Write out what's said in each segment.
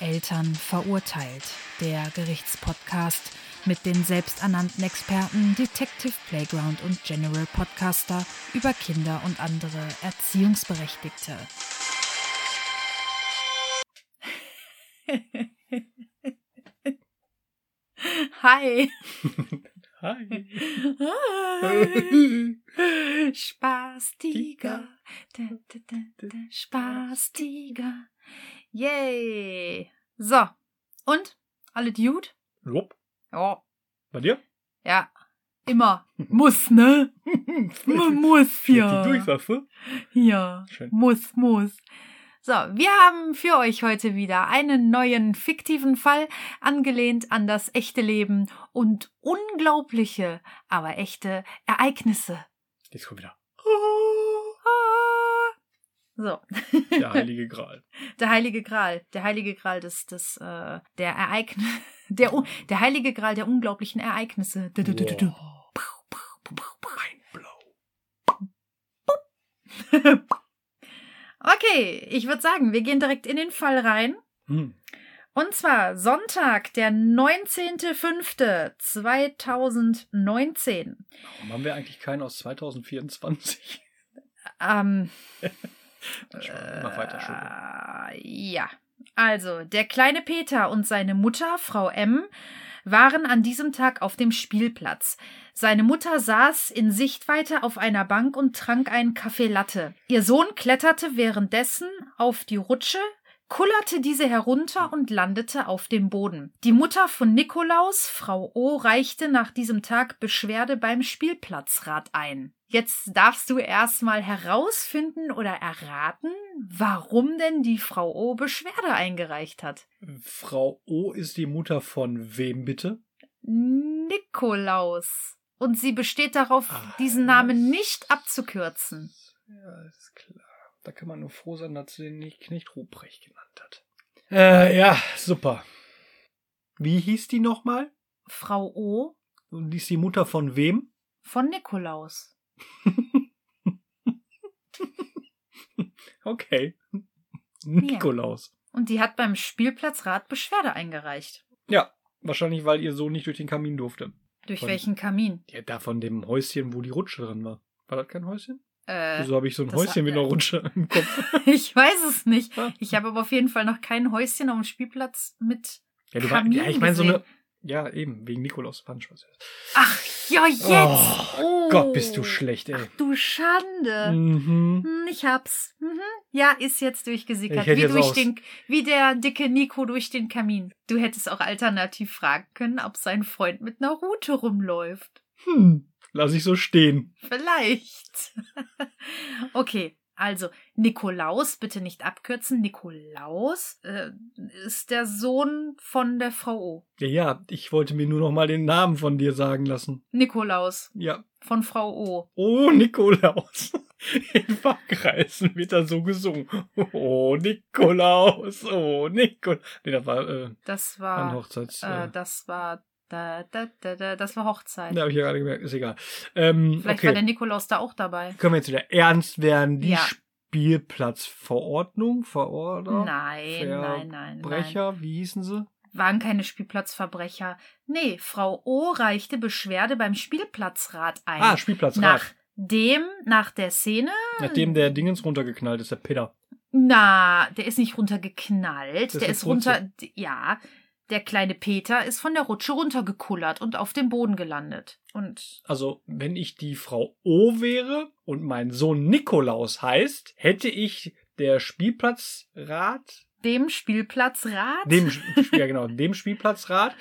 Eltern verurteilt. Der Gerichtspodcast mit den selbsternannten Experten Detective Playground und General Podcaster über Kinder und andere Erziehungsberechtigte. Hi. Hm. Hi. Hi. Spaßtiger. Da, da, da, da. Spaßtiger. Yay. So. Und? Alle gut? Jupp. Ja. Bei dir? Ja. Immer. Muss, ne? Man muss Die ja. Durchwaffe? Ja. Schön. Muss, muss. So, wir haben für euch heute wieder einen neuen fiktiven Fall, angelehnt an das echte Leben und unglaubliche, aber echte Ereignisse. Jetzt kommt wieder Ah. So, der heilige Gral. der Heilige Gral, der Heilige Gral des, des, äh, der Ereign der, Un- der Heilige Gral der unglaublichen Ereignisse. Du, du, du, du, du. Wow. Puh, puh, puh, puh, puh. Blow. Okay, ich würde sagen, wir gehen direkt in den Fall rein. Hm. Und zwar Sonntag, der 19.05.2019. Warum haben wir eigentlich keinen aus 2024? Ähm, Das schon immer weiter schon. äh, ja. Also, der kleine Peter und seine Mutter, Frau M., waren an diesem Tag auf dem Spielplatz. Seine Mutter saß in Sichtweite auf einer Bank und trank einen Kaffee Latte. Ihr Sohn kletterte währenddessen auf die Rutsche, kullerte diese herunter und landete auf dem Boden. Die Mutter von Nikolaus, Frau O, reichte nach diesem Tag Beschwerde beim Spielplatzrat ein. Jetzt darfst du erstmal herausfinden oder erraten, warum denn die Frau O Beschwerde eingereicht hat. Frau O ist die Mutter von wem bitte? Nikolaus. Und sie besteht darauf, Ah, diesen ja. Namen nicht abzukürzen. Ja, ist klar. Da kann man nur froh sein, dass sie den nicht Knecht Ruprecht genannt hat. Äh, ja, super. Wie hieß die nochmal? Frau O Und die ist die Mutter von wem? von Nikolaus. Okay. Nikolaus. Und die hat beim Spielplatzrat Beschwerde eingereicht. Ja, wahrscheinlich, weil ihr Sohn nicht durch den Kamin durfte. Durch Von- welchen Kamin? Ja, da von dem Häuschen, wo die Rutsche drin war. War das kein Häuschen? Äh, Wieso habe ich so ein das Häuschen hat- mit einer Rutsche im Kopf? ich weiß es nicht. ja, Ich habe aber auf jeden Fall noch kein Häuschen auf dem Spielplatz mit. du Kamin ja, ich meine so eine. gesehen. Ja, eben, wegen Nikolaus Panschwas. Ach ja, jetzt! Oh, Oh. äh. Gott, bist du schlecht, ey. Ach du Schande. Mhm. Hm, Ich hab's. Mhm. Ja, ist jetzt durchgesickert. Ich hätte Wie, jetzt durch aus- den, wie der dicke Nico durch den Kamin. Du hättest auch alternativ fragen können, ob sein Freund mit einer Rute rumläuft. Hm. Lass ich so stehen. Vielleicht. okay, also Nikolaus, bitte nicht abkürzen. Nikolaus äh, ist der Sohn von der Frau O. Ja, ja, ich wollte mir nur noch mal den Namen von dir sagen lassen. Nikolaus Ja. von Frau O. Oh, Nikolaus. In Fachkreisen wird da so gesungen. Oh, Nikolaus. Oh, Nikolaus. Nee, das war äh, Das an war, Hochzeits... äh, das war, da, da, da, da, das war Hochzeit. Ja, habe ich ja gerade gemerkt, ist egal. Ähm, Vielleicht war der okay, Nikolaus da auch dabei. können wir jetzt wieder ernst werden? Die Ja. Spielplatzverordnung, Verordner, Nein, nein, nein, nein. Brecher, wie hießen sie? Waren keine Spielplatzverbrecher. Nee, Frau O reichte Beschwerde beim Spielplatzrat ein. Ah, Spielplatzrat. Nachdem, nach der Szene, Nachdem der Dingens runtergeknallt ist, der Peter. Na, der ist nicht runtergeknallt. Das ist der eine ist runter. d- Ja, der kleine Peter ist von der Rutsche runtergekullert und auf dem Boden gelandet. Und Also, wenn ich die Frau O wäre und mein Sohn Nikolaus heißt, hätte ich der Spielplatzrat, dem Spielplatzrat. dem, Sp- ja genau, dem Spielplatzrat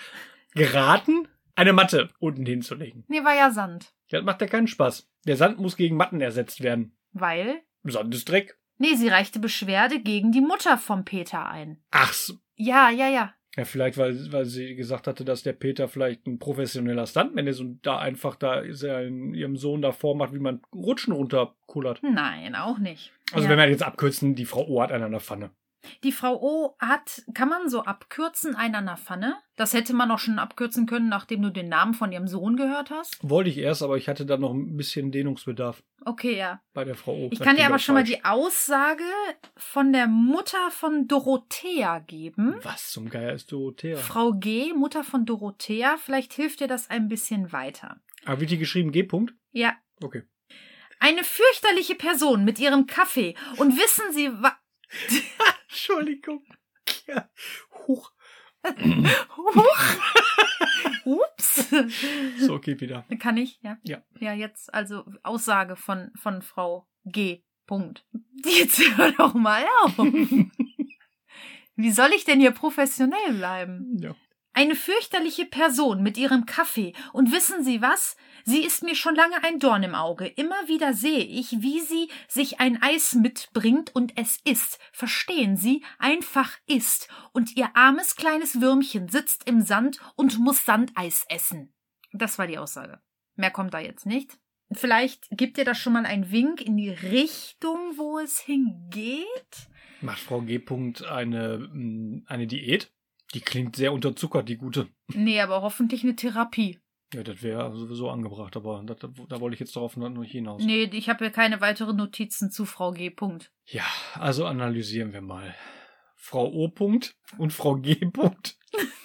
geraten, eine Matte unten hinzulegen. nee, war ja Sand. Das macht ja keinen Spaß. Der Sand muss gegen Matten ersetzt werden. Weil. Sand ist Dreck. Nee, sie reichte Beschwerde gegen die Mutter von Peter ein. Ach, so. Ja, ja, ja. ja, vielleicht, weil, weil sie gesagt hatte, dass der Peter vielleicht ein professioneller Stuntman ist und da einfach da seinen, ihrem Sohn da vormacht, wie man Rutschen runterkullert. Nein, auch nicht. Also, ja. wenn wir jetzt abkürzen, die Frau O hat einen an der Pfanne. Die Frau O hat, kann man so abkürzen, einen an der Pfanne. Das hätte man auch schon abkürzen können, nachdem du den Namen von ihrem Sohn gehört hast. Wollte ich erst, aber ich hatte da noch ein bisschen Dehnungsbedarf Okay, ja. bei der Frau O. Ich Oh, Das kann dir klingt aber auch schon mal falsch. die Aussage von der Mutter von Dorothea geben. Was zum Geier ist Dorothea? Hm? Frau G., Mutter von Dorothea, vielleicht hilft dir das ein bisschen weiter. Ah, wird die geschrieben G-Punkt? Ja. Okay. Eine fürchterliche Person mit ihrem Kaffee. Und wissen Sie, wa Entschuldigung. Ja. Huch. Huch. Ups. So geht wieder. Kann ich, ja? Ja. Ja, jetzt also Aussage von, von Frau G. Punkt. Jetzt hör doch mal auf. Wie soll ich denn hier professionell bleiben? Ja. Eine fürchterliche Person mit ihrem Kaffee. Und wissen Sie was? Sie ist mir schon lange ein Dorn im Auge. Immer wieder sehe ich, wie sie sich ein Eis mitbringt und es isst. Verstehen Sie? Einfach isst. Und ihr armes kleines Würmchen sitzt im Sand und muss Sandeis essen. Das war die Aussage. Mehr kommt da jetzt nicht. Vielleicht gibt ihr das schon mal einen Wink in die Richtung, wo es hingeht. Macht Frau G. Punkt eine, mm, eine Diät? Die klingt sehr unterzuckert, die gute. Nee, aber hoffentlich eine Therapie. Ja, das wäre sowieso angebracht, aber das, da wollte ich jetzt darauf noch nicht hinaus. Nee, ich habe hier keine weiteren Notizen zu Frau G. Punkt. Ja, also analysieren wir mal. Frau O. Punkt und Frau G. Punkt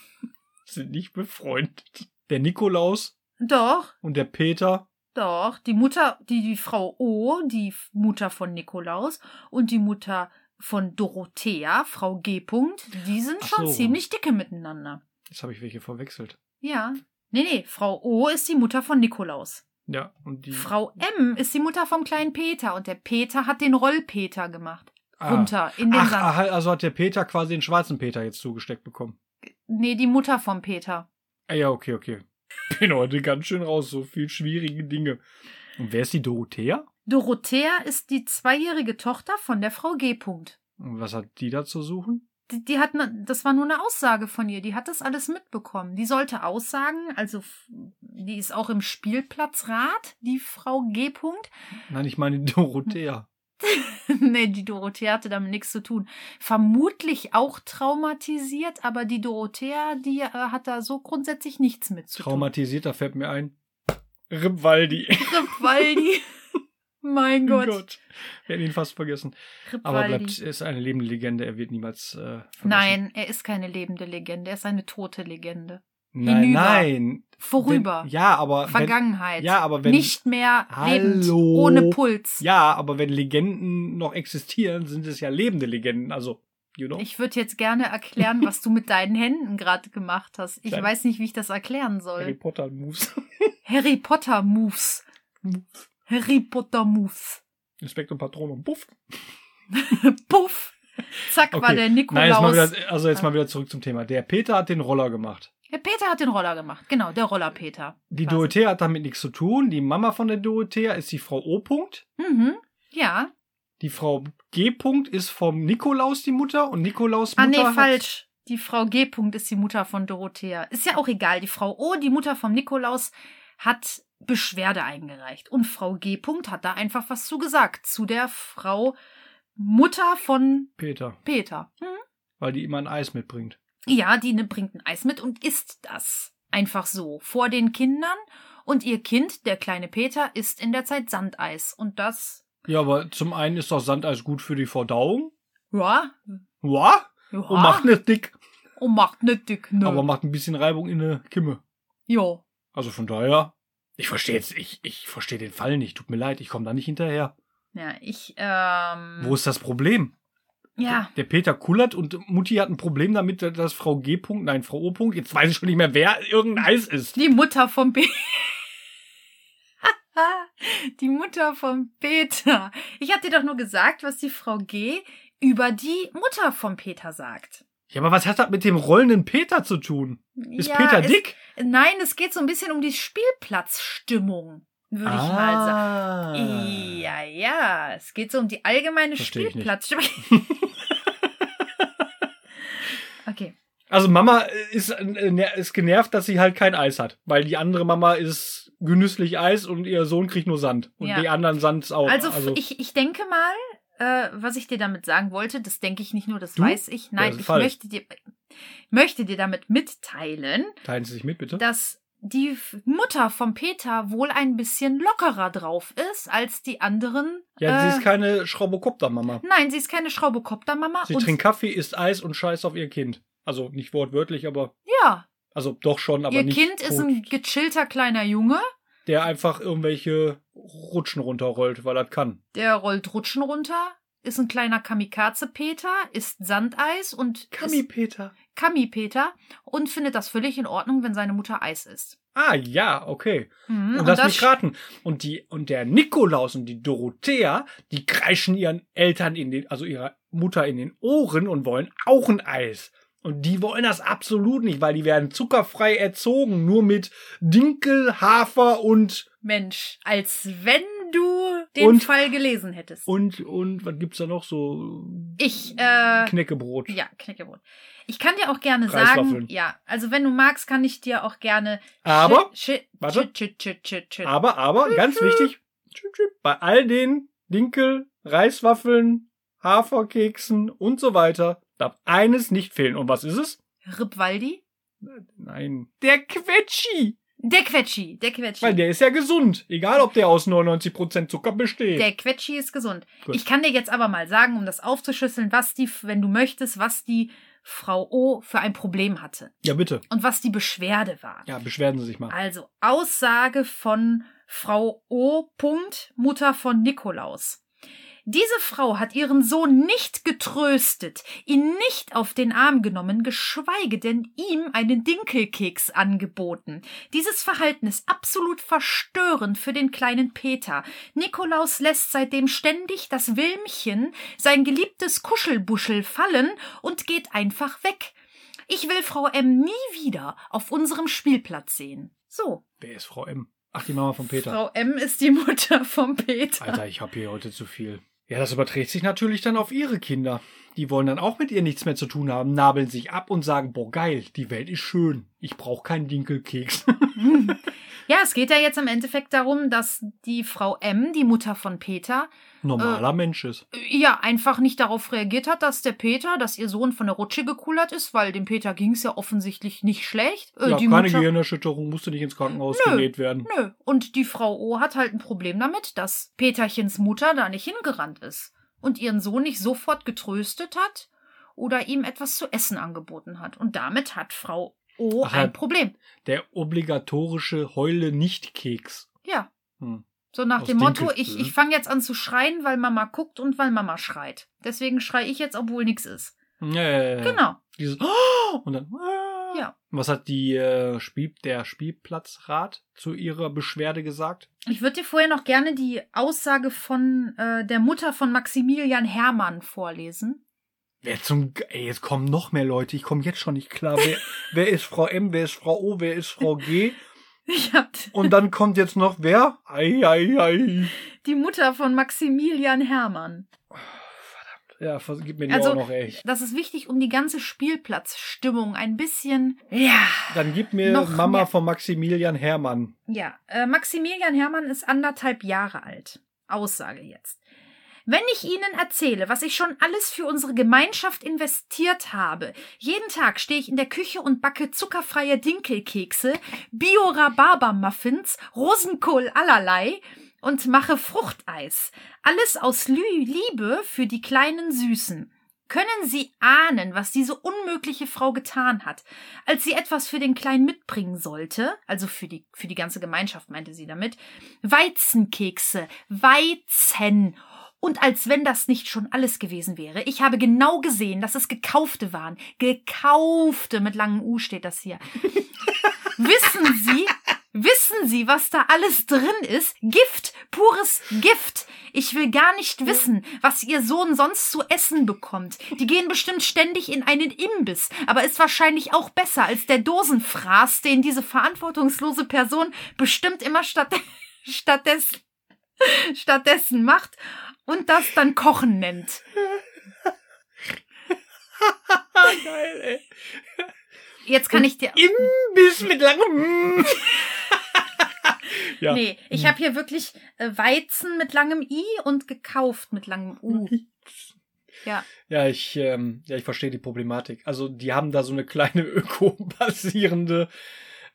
sind nicht befreundet. Der Nikolaus Doch, und der Peter. doch. Die Mutter, die, die Frau O, die F- Mutter von Nikolaus und die Mutter von Dorothea, Frau G. Punkt, die sind Ach schon so. ziemlich dicke miteinander. Jetzt habe ich welche verwechselt. Ja. Nee, nee, Frau O ist die Mutter von Nikolaus. Ja, und die. Frau M ist die Mutter vom kleinen Peter und der Peter hat den Rollpeter gemacht. ah. Runter in den Ach, Sand. aha, also hat der Peter quasi den schwarzen Peter jetzt zugesteckt bekommen. Nee, die Mutter vom Peter. Ah, ja, okay, okay. Bin heute ganz schön raus, so viel schwierige Dinge. Und wer ist die Dorothea? Dorothea ist die zweijährige Tochter von der Frau G. Punkt. Und was hat die da zu suchen? die, die hat, ne- das war nur eine Aussage von ihr, die hat das alles mitbekommen. Die sollte aussagen, also f- die ist auch im Spielplatzrat, die Frau G. Punkt. Nein, ich meine Dorothea. nee, die Dorothea hatte damit nichts zu tun. Vermutlich auch traumatisiert, aber die Dorothea, die äh, hat da so grundsätzlich nichts mit zu tun. Traumatisiert, da fällt mir ein. Ripwaldi. Oh Ripaldi. mein Gott. Wir hätten ihn fast vergessen. Aber Ripaldi. bleibt, er ist eine lebende Legende, er wird niemals äh, vergessen. Nein, er ist keine lebende Legende, er ist eine tote Legende. Nein, hinüber. nein. Vorüber. Wenn, ja, aber. Vergangenheit. Wenn, ja, aber wenn. nicht mehr lebend, Hallo. ohne Puls. Ja, aber wenn Legenden noch existieren, sind es ja lebende Legenden. Also, you know. Ich würde jetzt gerne erklären, was du mit deinen Händen gerade gemacht hast. Ich Dann- weiß nicht, wie ich das erklären soll. Harry Harry, Potter Moves. Potter Moves. Harry Potter Moves. Inspektor Patronum. Puff. Puff. Zack war Okay. der Nein, jetzt mal Nikolaus. wieder, also jetzt mal wieder zurück zum Thema. Der Peter hat den Roller gemacht. Herr Peter hat den Roller gemacht. Genau, der Roller Peter. Die Quasi. Dorothea hat damit nichts zu tun. Die Mama von der Dorothea ist die Frau O. -Punkt. Mhm. Ja. Die Frau G. -Punkt ist vom Nikolaus die Mutter und Nikolaus Ah, Mutter nee, hat- falsch. Die Frau G. Punkt ist die Mutter von Dorothea. Ist ja auch egal. Die Frau O, die Mutter vom Nikolaus, hat Beschwerde eingereicht. Und Frau G. Punkt hat da einfach was zu gesagt. Zu der Frau Mutter von Peter, Peter. weil die immer ein Eis mitbringt. Ja, die ne- bringt ein Eis mit und isst das. Einfach so. Vor den Kindern. Und ihr Kind, der kleine Peter, isst in der Zeit Sandeis. Und das, Ja, aber zum einen ist doch Sandeis gut für die Verdauung. ja, Ja, ja, und macht nicht dick, und macht nicht dick, ne? aber macht ein bisschen Reibung in eine Kimme. ja. Also von daher, ich verstehe jetzt, ich, ich verstehe den Fall nicht. Tut mir leid, ich komme da nicht hinterher. Ja, ich, ähm. Wo ist das Problem? ja. Der Peter kullert und Mutti hat ein Problem damit, dass Frau G. -Punkt, nein, Frau O. -Punkt, jetzt weiß ich schon nicht mehr, wer irgendein Eis ist. Die Mutter vom Peter. die Mutter vom Peter. Ich hab dir doch nur gesagt, was die Frau G. über die Mutter vom Peter sagt. Ja, aber was hat das mit dem rollenden Peter zu tun? Ist Ja, Peter es- dick? Nein, es geht so ein bisschen um die Spielplatzstimmung, würde ich mal sagen. Ah. Ja, ja, es geht so um die allgemeine Versteh ich nicht. Spielplatzstimmung. okay. Also Mama ist, äh, ner- ist genervt, dass sie halt kein Eis hat, weil die andere Mama ist genüsslich Eis und ihr Sohn kriegt nur Sand und Ja. die anderen Sand auch. Also Also, f- ich, ich denke mal, äh, was ich dir damit sagen wollte, das denke ich nicht nur, das Du? weiß ich. Nein, ist ich falsch. möchte dir, möchte dir damit mitteilen, Teilen Sie sich mit, bitte. dass die F- Mutter von Peter wohl ein bisschen lockerer drauf ist als die anderen. ja, sie äh, ist keine Schraubokopter-Mama. nein, sie ist keine Schraubokopter-Mama. Sie und- trinkt Kaffee, isst Eis und scheißt auf ihr Kind. Also nicht wortwörtlich, aber. Ja, Also doch schon, aber ihr nicht. Kind ist tot, ein gechillter kleiner Junge, Der einfach irgendwelche Rutschen runterrollt, weil er kann. der rollt Rutschen runter, ist ein kleiner Kamikaze-Peter, isst Sandeis und ist Peter. Kami-Peter und findet das völlig in Ordnung, wenn seine Mutter Eis isst. Ah, ja, okay. Mhm, Und, lass das mich raten. Und die, und der Nikolaus und die Dorothea, die kreischen ihren Eltern in den, also ihrer Mutter in den Ohren und wollen auch ein Eis. Und die wollen das absolut nicht, weil die werden zuckerfrei erzogen, nur mit Dinkel, Hafer und, Mensch, als wenn du den Und- Fall gelesen hättest. und, und, was gibt's da noch so? ich, äh, Knäckebrot. ja, Knäckebrot. Ich kann dir auch gerne Reiswaffeln. sagen, ja, also wenn du magst, kann ich dir auch gerne. Aber, Shit, Warte. shit, shit, shit, shit, shit. aber, aber, ganz wichtig, bei all den Dinkel, Reiswaffeln, Haferkeksen und so weiter darf eines nicht fehlen. Und was ist es? Ripwaldi? Nein. Der Quetschi. Der Quetschi, der Quetschi. Weil der ist ja gesund. Egal, ob der aus 99% Zucker besteht. Der Quetschi ist gesund. Gut. Ich kann dir jetzt aber mal sagen, um das aufzuschlüsseln, was die, wenn du möchtest, was die Frau O für ein Problem hatte ja, bitte. und was die Beschwerde war. Ja, beschweren Sie sich mal. Also Aussage von Frau O. Punkt, Mutter von Nikolaus. Diese Frau hat ihren Sohn nicht getröstet, ihn nicht auf den Arm genommen, geschweige denn ihm einen Dinkelkeks angeboten. Dieses Verhalten ist absolut verstörend für den kleinen Peter. Nikolaus lässt seitdem ständig das Wilmchen, sein geliebtes Kuschelbuschel, fallen und geht einfach weg. Ich will Frau M nie wieder auf unserem Spielplatz sehen. So. Wer ist Frau M? Ach, die Mama von Peter. Frau M ist die Mutter von Peter. Alter, ich hab hier heute zu viel. Ja, das überträgt sich natürlich dann auf ihre Kinder. Die wollen dann auch mit ihr nichts mehr zu tun haben, nabeln sich ab und sagen, boah, geil, die Welt ist schön. Ich brauch keinen Dinkelkeks. Ja, es geht ja jetzt im Endeffekt darum, dass die Frau M, die Mutter von Peter, Normaler Mensch ist. äh, ja einfach nicht darauf reagiert hat, dass der Peter, dass ihr Sohn von der Rutsche gekullert ist, weil dem Peter ging's ja offensichtlich nicht schlecht. Äh, Ja, die keine Mutter, Gehirnerschütterung, musste nicht ins Krankenhaus Nö. genäht werden. Nö. Und die Frau O hat halt ein Problem damit, dass Peterchens Mutter da nicht hingerannt ist und ihren Sohn nicht sofort getröstet hat oder ihm etwas zu essen angeboten hat. Und damit hat Frau O Ach, ein halt. Problem. Der obligatorische Heule-Nicht-Keks. Ja. Hm. So nach Aus ne? dem Motto, Dinkel- ich, ich fange jetzt an zu schreien, weil Mama guckt und weil Mama schreit. Deswegen schrei ich jetzt, obwohl nichts ist. Ja, ja, ja, ja. Genau. Dieses "Oh!" und dann "Ah!" Ja. Was hat die äh, Spiel der Spielplatzrat zu ihrer Beschwerde gesagt? Ich würde dir vorher noch gerne die Aussage von äh, der Mutter von Maximilian Hermann vorlesen. Wer zum G Ey, jetzt kommen noch mehr Leute. Ich komme jetzt schon nicht klar. Wer, wer ist Frau M? Wer ist Frau O? Wer ist Frau G? Ich hab Und dann kommt jetzt noch wer? Ei, ei, ei. die Mutter von Maximilian Hermann. Ja, vers- gib mir die Also- auch noch, ey. Das ist wichtig, um die ganze Spielplatzstimmung ein bisschen. Ja. Dann gib mir noch Mama mehr. von Maximilian Hermann. Ja, äh, Maximilian Hermann ist anderthalb Jahre alt. Aussage jetzt. Wenn ich Ihnen erzähle, was ich schon alles für unsere Gemeinschaft investiert habe, jeden Tag stehe ich in der Küche und backe zuckerfreie Dinkelkekse, Bio-Rhabarber-Muffins, Rosenkohl allerlei und mache Fruchteis. Alles aus Lü Liebe für die kleinen Süßen. Können Sie ahnen, was diese unmögliche Frau getan hat? als sie etwas für den Kleinen mitbringen sollte, also für die, für die ganze Gemeinschaft meinte sie damit, Weizenkekse, Weizen. Und als wenn das nicht schon alles gewesen wäre, ich habe genau gesehen, dass es gekaufte waren. Gekaufte, mit langem U steht das hier. wissen Sie, wissen Sie, was da alles drin ist? Gift, pures Gift. Ich will gar nicht wissen, was Ihr Sohn sonst zu essen bekommt. Die gehen bestimmt ständig in einen Imbiss, aber ist wahrscheinlich auch besser als der Dosenfraß, den diese verantwortungslose Person bestimmt immer statt, stattdessen, stattdessen macht und das dann Kochen nennt. Ah, geil, ey. Jetzt kann ich dir. Imbiss mit langem. Mm. Ja. Nee, ich habe hier wirklich äh, Weizen mit langem I und gekauft mit langem U. Ja. Ja, ich, ähm, ja, ich verstehe die Problematik. Also, die haben da so eine kleine öko-basierende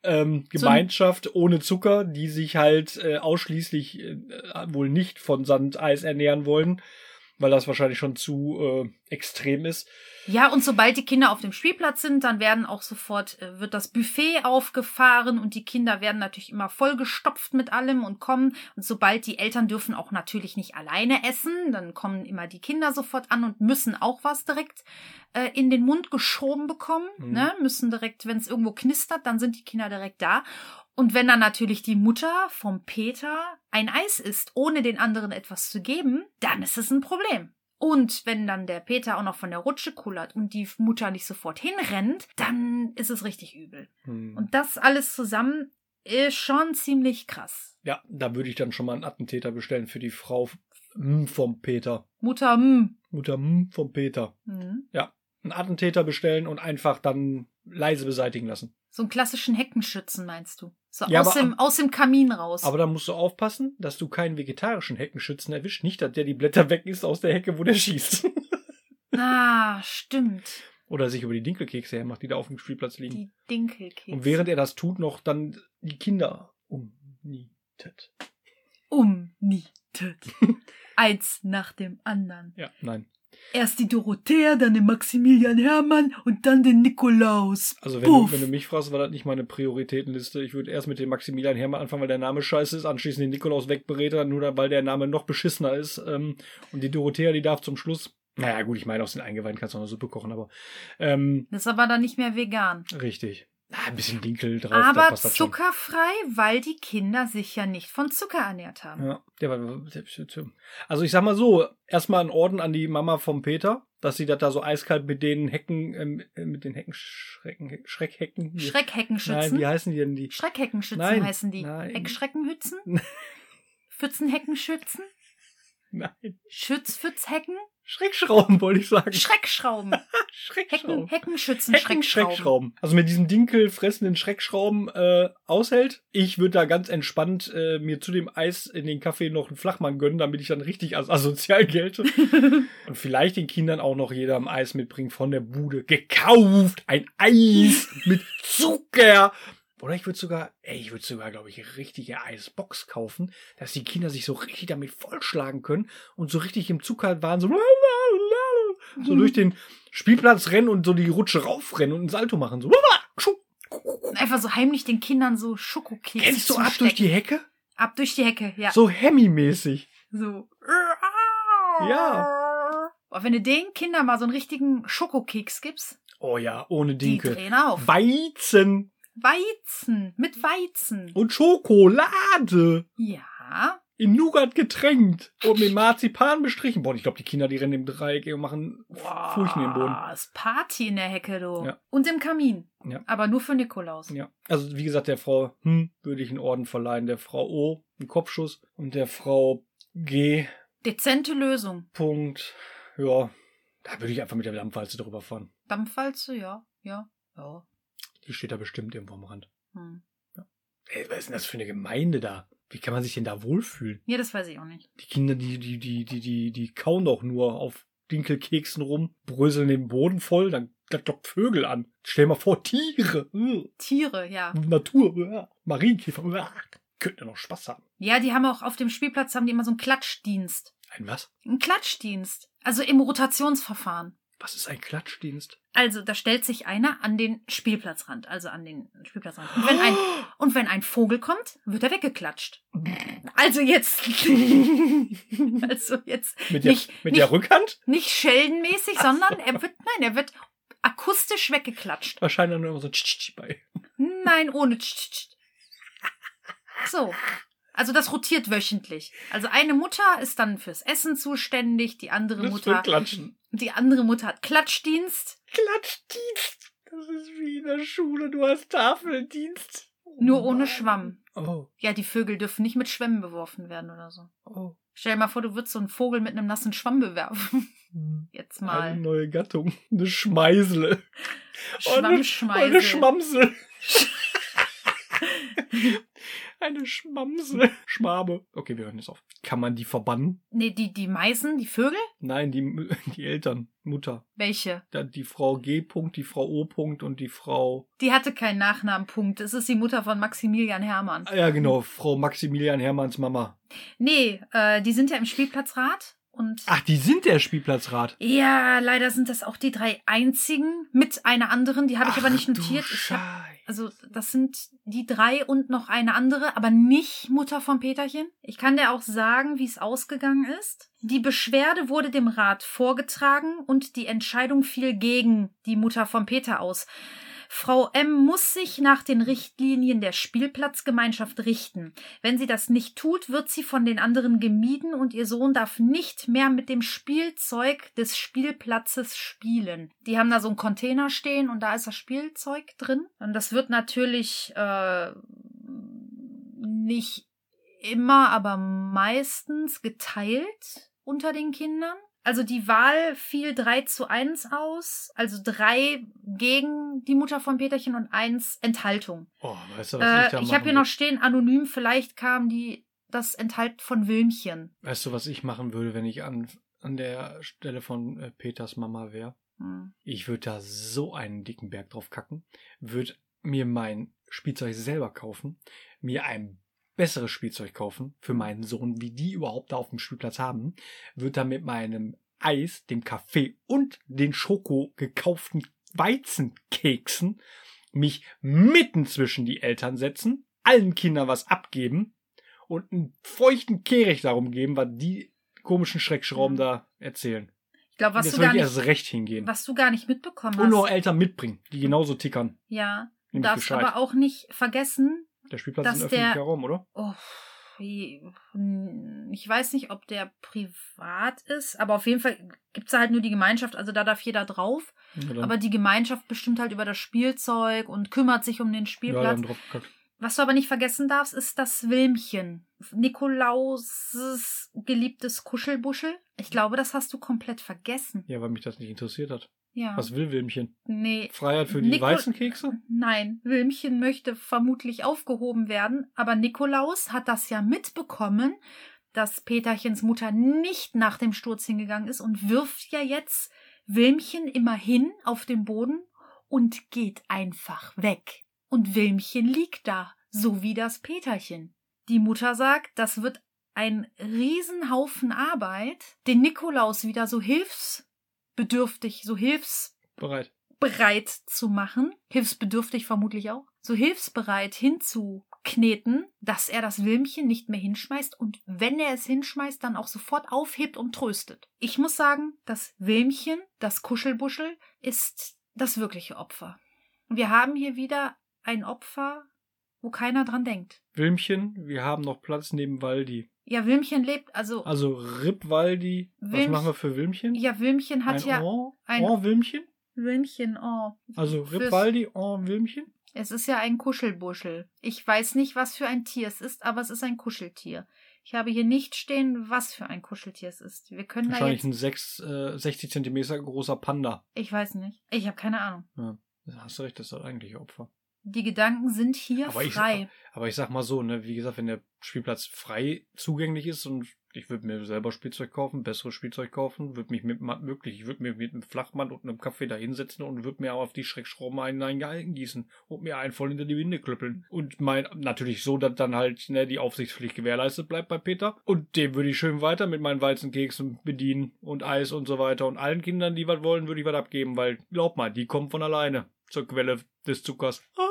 ähm, Gemeinschaft ohne Zucker, die sich halt äh, ausschließlich äh, wohl nicht von Sandeis ernähren wollen, weil das wahrscheinlich schon zu äh, extrem ist. Ja, und sobald die Kinder auf dem Spielplatz sind, dann werden auch sofort, äh, wird das Buffet aufgefahren und die Kinder werden natürlich immer vollgestopft mit allem und kommen. Und sobald die Eltern dürfen auch natürlich nicht alleine essen, dann kommen immer die Kinder sofort an und müssen auch was direkt äh, in den Mund geschoben bekommen. Mhm. Ne? Müssen direkt, wenn es irgendwo knistert, dann sind die Kinder direkt da. Und wenn dann natürlich die Mutter vom Peter ein Eis isst, ohne den anderen etwas zu geben, dann ist es ein Problem. Und wenn dann der Peter auch noch von der Rutsche kullert und die Mutter nicht sofort hinrennt, dann ist es richtig übel. Hm. Und das alles zusammen ist schon ziemlich krass. ja, da würde ich dann schon mal einen Attentäter bestellen für die Frau f- m vom Peter. Mutter, mm. Mutter m vom Peter. Mhm. Einen Attentäter bestellen und einfach dann leise beseitigen lassen. So einen klassischen Heckenschützen meinst du? So Ja, aus, aber- dem, aus dem Kamin raus. Aber da musst du aufpassen, dass du keinen vegetarischen Heckenschützen erwischt. Nicht, dass der die Blätter weg ist aus der Hecke, wo der schießt. ah, stimmt. Oder sich über die Dinkelkekse hermacht, die da auf dem Spielplatz liegen. Die Dinkelkekse. Und während er das tut, noch dann die Kinder umnietet. umnietet. Um Eins nach dem anderen. Ja, nein. Erst die Dorothea, dann den Maximilian Hermann und dann den Nikolaus. Also wenn du, Puff. wenn du mich fragst, war das nicht meine Prioritätenliste. Ich würde erst mit dem Maximilian Hermann anfangen, weil der Name scheiße ist, anschließend den Nikolaus wegberät, er, nur dann, weil der Name noch beschissener ist. Ähm, und die Dorothea, die darf zum Schluss. Naja, gut, ich meine, aus den Eingeweiden kannst du noch eine Suppe kochen, aber ähm, Das ist aber dann nicht mehr vegan. richtig. Na, ein bisschen Dinkel drauf, da aber passt das schon. zuckerfrei, weil die Kinder sich ja nicht von Zucker ernährt haben. Ja, der war, also ich sag mal so, erstmal ein Orden an die Mama vom Peter, dass sie das da so eiskalt mit den Hecken, ähm, mit den Heckenschrecken, Heck- Schreckhecken. wie- Nein, Schreckheckenschützen. wie heißen die denn die? Schreckheckenschützen Nein, heißen die. nein. Heckschreckenhützen? Pfützenheckenschützen? Nein. Schützpfützhecken? Schreckschrauben wollte ich sagen. Schreckschrauben. Hecken, Schreckschrauben. Heckenschützen, Hecken, Schreckschrauben. Schreckschrauben. Also mit diesem dinkelfressenden Schreckschrauben äh, aushält. Ich würde da ganz entspannt äh, mir zu dem Eis in den Kaffee noch einen Flachmann gönnen, damit ich dann richtig als asozial gelte. Und vielleicht den Kindern auch noch jeder ein Eis mitbringen von der Bude. Gekauft! Ein Eis mit Zucker! Oder ich würde sogar, ey, ich würde sogar, glaube ich, richtige Eisbox kaufen, dass die Kinder sich so richtig damit vollschlagen können und so richtig im Zucker waren, so, so durch den Spielplatz rennen und so die Rutsche raufrennen und ein Salto machen. So. Einfach so heimlich den Kindern so Schokokekse Kennst du ab durch die Hecke? Ab durch die Hecke, ja. So Hemmy-mäßig. So. Ja. Aber wenn du den Kindern mal so einen richtigen Schokokeks gibst, Oh ja, ohne die Dinkel. drehen auf. Weizen Weizen, mit Weizen. und Schokolade. Ja. in Nougat getränkt und mit Marzipan bestrichen. Boah, ich glaube, die Kinder, die rennen im Dreieck und machen Boah, Furchen im Boden. Ist Party in der Hecke, du. Ja. Und im Kamin. Ja. Aber nur für Nikolaus. Ja. Also, wie gesagt, der Frau hm, würde ich einen Orden verleihen. Der Frau O, einen Kopfschuss. Und der Frau G, Dezente Lösung. Punkt, ja, da würde ich einfach mit der Dampfwalze drüber fahren. Dampfwalze, ja. Ja. Ja. Die steht da bestimmt irgendwo am Rand. Hm. Ey, was ist denn das für eine Gemeinde da? Wie kann man sich denn da wohlfühlen? Ja, das weiß ich auch nicht. Die Kinder, die, die, die, die, die, die kauen doch nur auf Dinkelkeksen rum, bröseln den Boden voll, dann klappt doch Vögel an. Stell mal vor, Tiere. Ugh. Tiere, ja. Hm. Natur, uah. Marienkäfer, uah. könnten ja noch Spaß haben. Ja, die haben auch auf dem Spielplatz haben die immer so einen Klatschdienst. Ein was? Ein Klatschdienst. Also im Rotationsverfahren. Was ist ein Klatschdienst? Also, da stellt sich einer an den Spielplatzrand, also an den Spielplatzrand. Und wenn ein, und wenn ein Vogel kommt, wird er weggeklatscht. Mhm. Also jetzt, also jetzt mit der, nicht- mit der Rückhand? nicht schellenmäßig, sondern er wird, nein, er wird akustisch weggeklatscht. Wahrscheinlich nur immer so ein Tsch-Tsch bei. Nein, ohne tsch, tsch, tsch. So. Also das rotiert wöchentlich. Also eine Mutter ist dann fürs Essen zuständig, die andere Das wird Mutter, Klatschen. die andere Mutter hat Klatschdienst. Klatschdienst. Das ist wie in der Schule, du hast Tafeldienst. Nur ohne Schwamm. Oh, Ja, die Vögel dürfen nicht mit Schwämmen beworfen werden oder so. oh. Stell dir mal vor, du würdest so einen Vogel mit einem nassen Schwamm bewerfen. Jetzt Eine mal. neue Gattung. Eine Schmeisele. Schwammschmeißel. Eine Schmamsel. Eine Schmamse. Schwabe. Okay, wir hören jetzt auf. Kann man die verbannen? Nee, die, die Meisen, die Vögel? Nein, die, M- die Eltern, Mutter. Welche? Da Die Frau G. Punkt, die Frau O. Punkt und die Frau. Die hatte keinen Nachnamen, Punkt. Es ist die Mutter von Maximilian Hermann. Ah, Ja, genau, Frau Maximilian Hermanns Mama. Nee, äh, die sind ja im Spielplatzrat und. Ach, die sind der Spielplatzrat. Ja, leider sind das auch die drei einzigen mit einer anderen. Die habe ich Ach, aber nicht du notiert. Ich hab, Schei- also das sind die drei und noch eine andere, aber nicht Mutter von Peterchen. Ich kann dir auch sagen, wie es ausgegangen ist. Die Beschwerde wurde dem Rat vorgetragen und die Entscheidung fiel gegen die Mutter von Peter aus. Frau M muss sich nach den Richtlinien der Spielplatzgemeinschaft richten. Wenn sie das nicht tut, wird sie von den anderen gemieden und ihr Sohn darf nicht mehr mit dem Spielzeug des Spielplatzes spielen. Die haben da so einen Container stehen und da ist das Spielzeug drin. Und das wird natürlich äh, nicht immer, aber meistens geteilt unter den Kindern. Also die Wahl fiel 3 zu 1 aus, also drei gegen die Mutter von Peterchen und 1 Enthaltung. Oh, weißt du, Äh, was ich da ich machen habe hier würde? noch stehen, anonym, vielleicht kam die das Enthalten von Wilmchen. Weißt du, was ich machen würde, wenn ich an, an der Stelle von äh, Peters Mama wäre? Hm. Ich würde da so einen dicken Berg drauf kacken, würde mir mein Spielzeug selber kaufen, mir ein besseres Spielzeug kaufen für meinen Sohn, wie die überhaupt da auf dem Spielplatz haben, würde da mit meinem Eis, dem Kaffee und den Schoko gekauften Weizenkeksen mich mitten zwischen die Eltern setzen, allen Kindern was abgeben und einen feuchten Kehricht darum geben, was die komischen Schreckschrauben Mhm. da erzählen. Ich glaube, was, Jetzt du würde gar ich nicht- erst recht hingehen. was du gar nicht mitbekommen Und noch hast. Eltern mitbringen, die genauso tickern. Ja, du Nämlich darfst Bescheid. aber auch nicht vergessen, Der Spielplatz dass ist ein öffentlicher der- Raum, oder? Oh, wie- hm, ich weiß nicht, ob der privat ist, aber auf jeden Fall gibt's da halt nur die Gemeinschaft, also da darf jeder drauf. Ja, dann, Aber die Gemeinschaft bestimmt halt über das Spielzeug und kümmert sich um den ja, Spielplatz. dann drauf gekackt. Was du aber nicht vergessen darfst, ist das Wilmchen. Nikolauses geliebtes Kuschelbuschel. Ich glaube, das hast du komplett vergessen. ja, weil mich das nicht interessiert hat. Ja. Was will Wilmchen? Nee. Freiheit für die Nico- Weizenkekse? Nein, Wilmchen möchte vermutlich aufgehoben werden, aber Nikolaus hat das ja mitbekommen, dass Peterchens Mutter nicht nach dem Sturz hingegangen ist und wirft ja jetzt Wilmchen immerhin auf den Boden und geht einfach weg. Und Wilmchen liegt da, so wie das Peterchen. Die Mutter sagt, das wird ein Riesenhaufen Arbeit, den Nikolaus wieder so hilfsbedürftig, so hilfs Bereit. bereit zu machen, hilfsbedürftig vermutlich auch, so hilfsbereit hinzukneten, dass er das Wilmchen nicht mehr hinschmeißt und wenn er es hinschmeißt, dann auch sofort aufhebt und tröstet. Ich muss sagen, das Wilmchen, das Kuschelbuschel, ist das wirkliche Opfer. Wir haben hier wieder ein Opfer, wo keiner dran denkt. Wilmchen, wir haben noch Platz neben Waldi. Ja, Wilmchen lebt, also, Also Rip Waldi. Was Wilmch- machen wir für Wilmchen? ja, Wilmchen hat ein ja, Oh, ein- oh Wilmchen? Wilmchen, oh, Also Fürs- Rip Waldi, Oh Wilmchen? Es ist ja ein Kuschelbuschel. Ich weiß nicht, was für ein Tier es ist, aber es ist ein Kuscheltier. Ich habe hier nicht stehen, was für ein Kuscheltier es ist. Wir können da Wahrscheinlich jetzt. ein sechs, äh, 60 Zentimeter großer Panda. Ich weiß nicht. Ich habe keine Ahnung. Da Hast du recht, das ist das eigentliche Opfer. Die Gedanken sind hier Aber ich- frei. Aber ich sag mal so, ne, wie gesagt, wenn der Spielplatz frei zugänglich ist und ich würde mir selber Spielzeug kaufen, besseres Spielzeug kaufen, würde mich mit möglich, ich würde mir mit einem Flachmann und einem Kaffee da hinsetzen und würde mir auf die Schreckschrauben einen hineingießen und mir einen voll hinter die Winde klüppeln. Und mein, natürlich so, dass dann halt ne, die Aufsichtspflicht gewährleistet bleibt bei Peter. Und dem würde ich schön weiter mit meinen Weizenkeksen bedienen und Eis und so weiter. Und allen Kindern, die was wollen, würde ich was abgeben, weil glaub mal, die kommen von alleine zur Quelle des Zuckers. Ah.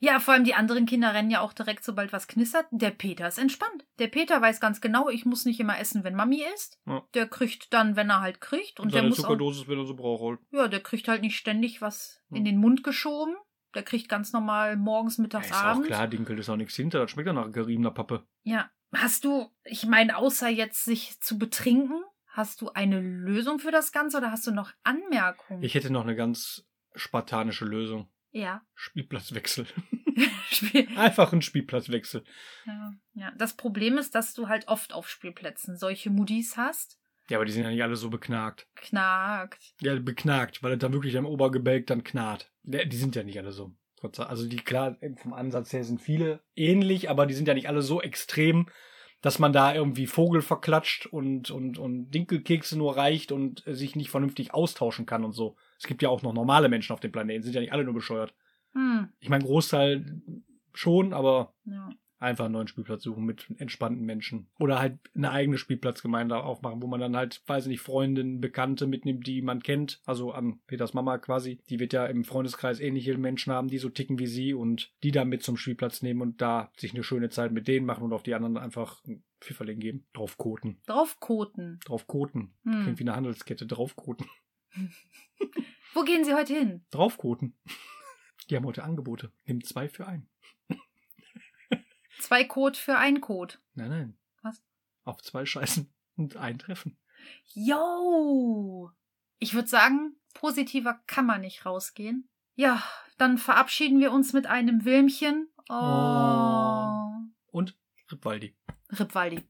Ja, vor allem die anderen Kinder rennen ja auch direkt, sobald was knistert. Der Peter ist entspannt. Der Peter weiß ganz genau, ich muss nicht immer essen, wenn Mami isst. Ja. Der kriegt dann, wenn er halt kriegt. Und der seine muss auch, Zuckerdosis, wenn er so braucht, holt. ja, der kriegt halt nicht ständig was in Hm. den Mund geschoben. Der kriegt ganz normal morgens, mittags, ist abends. auch klar, Dinkel ist auch nichts hinter, das schmeckt ja nach geriebener Pappe. Ja, hast du, ich meine, außer jetzt sich zu betrinken, hast du eine Lösung für das Ganze oder hast du noch Anmerkungen? Ich hätte noch eine ganz spartanische Lösung. ja. Spielplatzwechsel. Spiel- Einfach ein Spielplatzwechsel. ja. Ja. Das Problem ist, dass du halt oft auf Spielplätzen solche Moody's hast. Ja, aber die sind ja nicht alle so beknagt. Knackt. Ja, beknagt, weil es dann wirklich am Obergebälk dann knarrt. Ja, Die sind ja nicht alle so. Gott sei- Also die, klar, vom Ansatz her sind viele ähnlich, aber die sind ja nicht alle so extrem, dass man da irgendwie Vogel verklatscht und, und, und Dinkelkekse nur reicht und äh, sich nicht vernünftig austauschen kann und so. Es gibt ja auch noch normale Menschen auf dem Planeten, sind ja nicht alle nur bescheuert. Hm, Ich meine, Großteil schon, aber ja. einfach einen neuen Spielplatz suchen mit entspannten Menschen. Oder halt eine eigene Spielplatzgemeinde aufmachen, wo man dann halt, weiß nicht, Freundinnen, Bekannte mitnimmt, die man kennt. Also an Peters Mama quasi. Die wird ja im Freundeskreis ähnliche Menschen haben, die so ticken wie sie und die da mit zum Spielplatz nehmen und da sich eine schöne Zeit mit denen machen und auf die anderen einfach ein Pfifferling geben. Draufkoten. Draufkoten. Draufkoten. Hm. Klingt wie eine Handelskette. Draufkoten. Wo gehen Sie heute hin? Draufkoten. Die haben heute Angebote. Nimm zwei für ein. Zwei Code für ein Code. Nein, nein. Was? Auf zwei scheißen und ein treffen. Yo! Ich würde sagen, positiver kann man nicht rausgehen. Ja, dann verabschieden wir uns mit einem Wilmchen. Oh. Und Ripwaldi. Ripwaldi.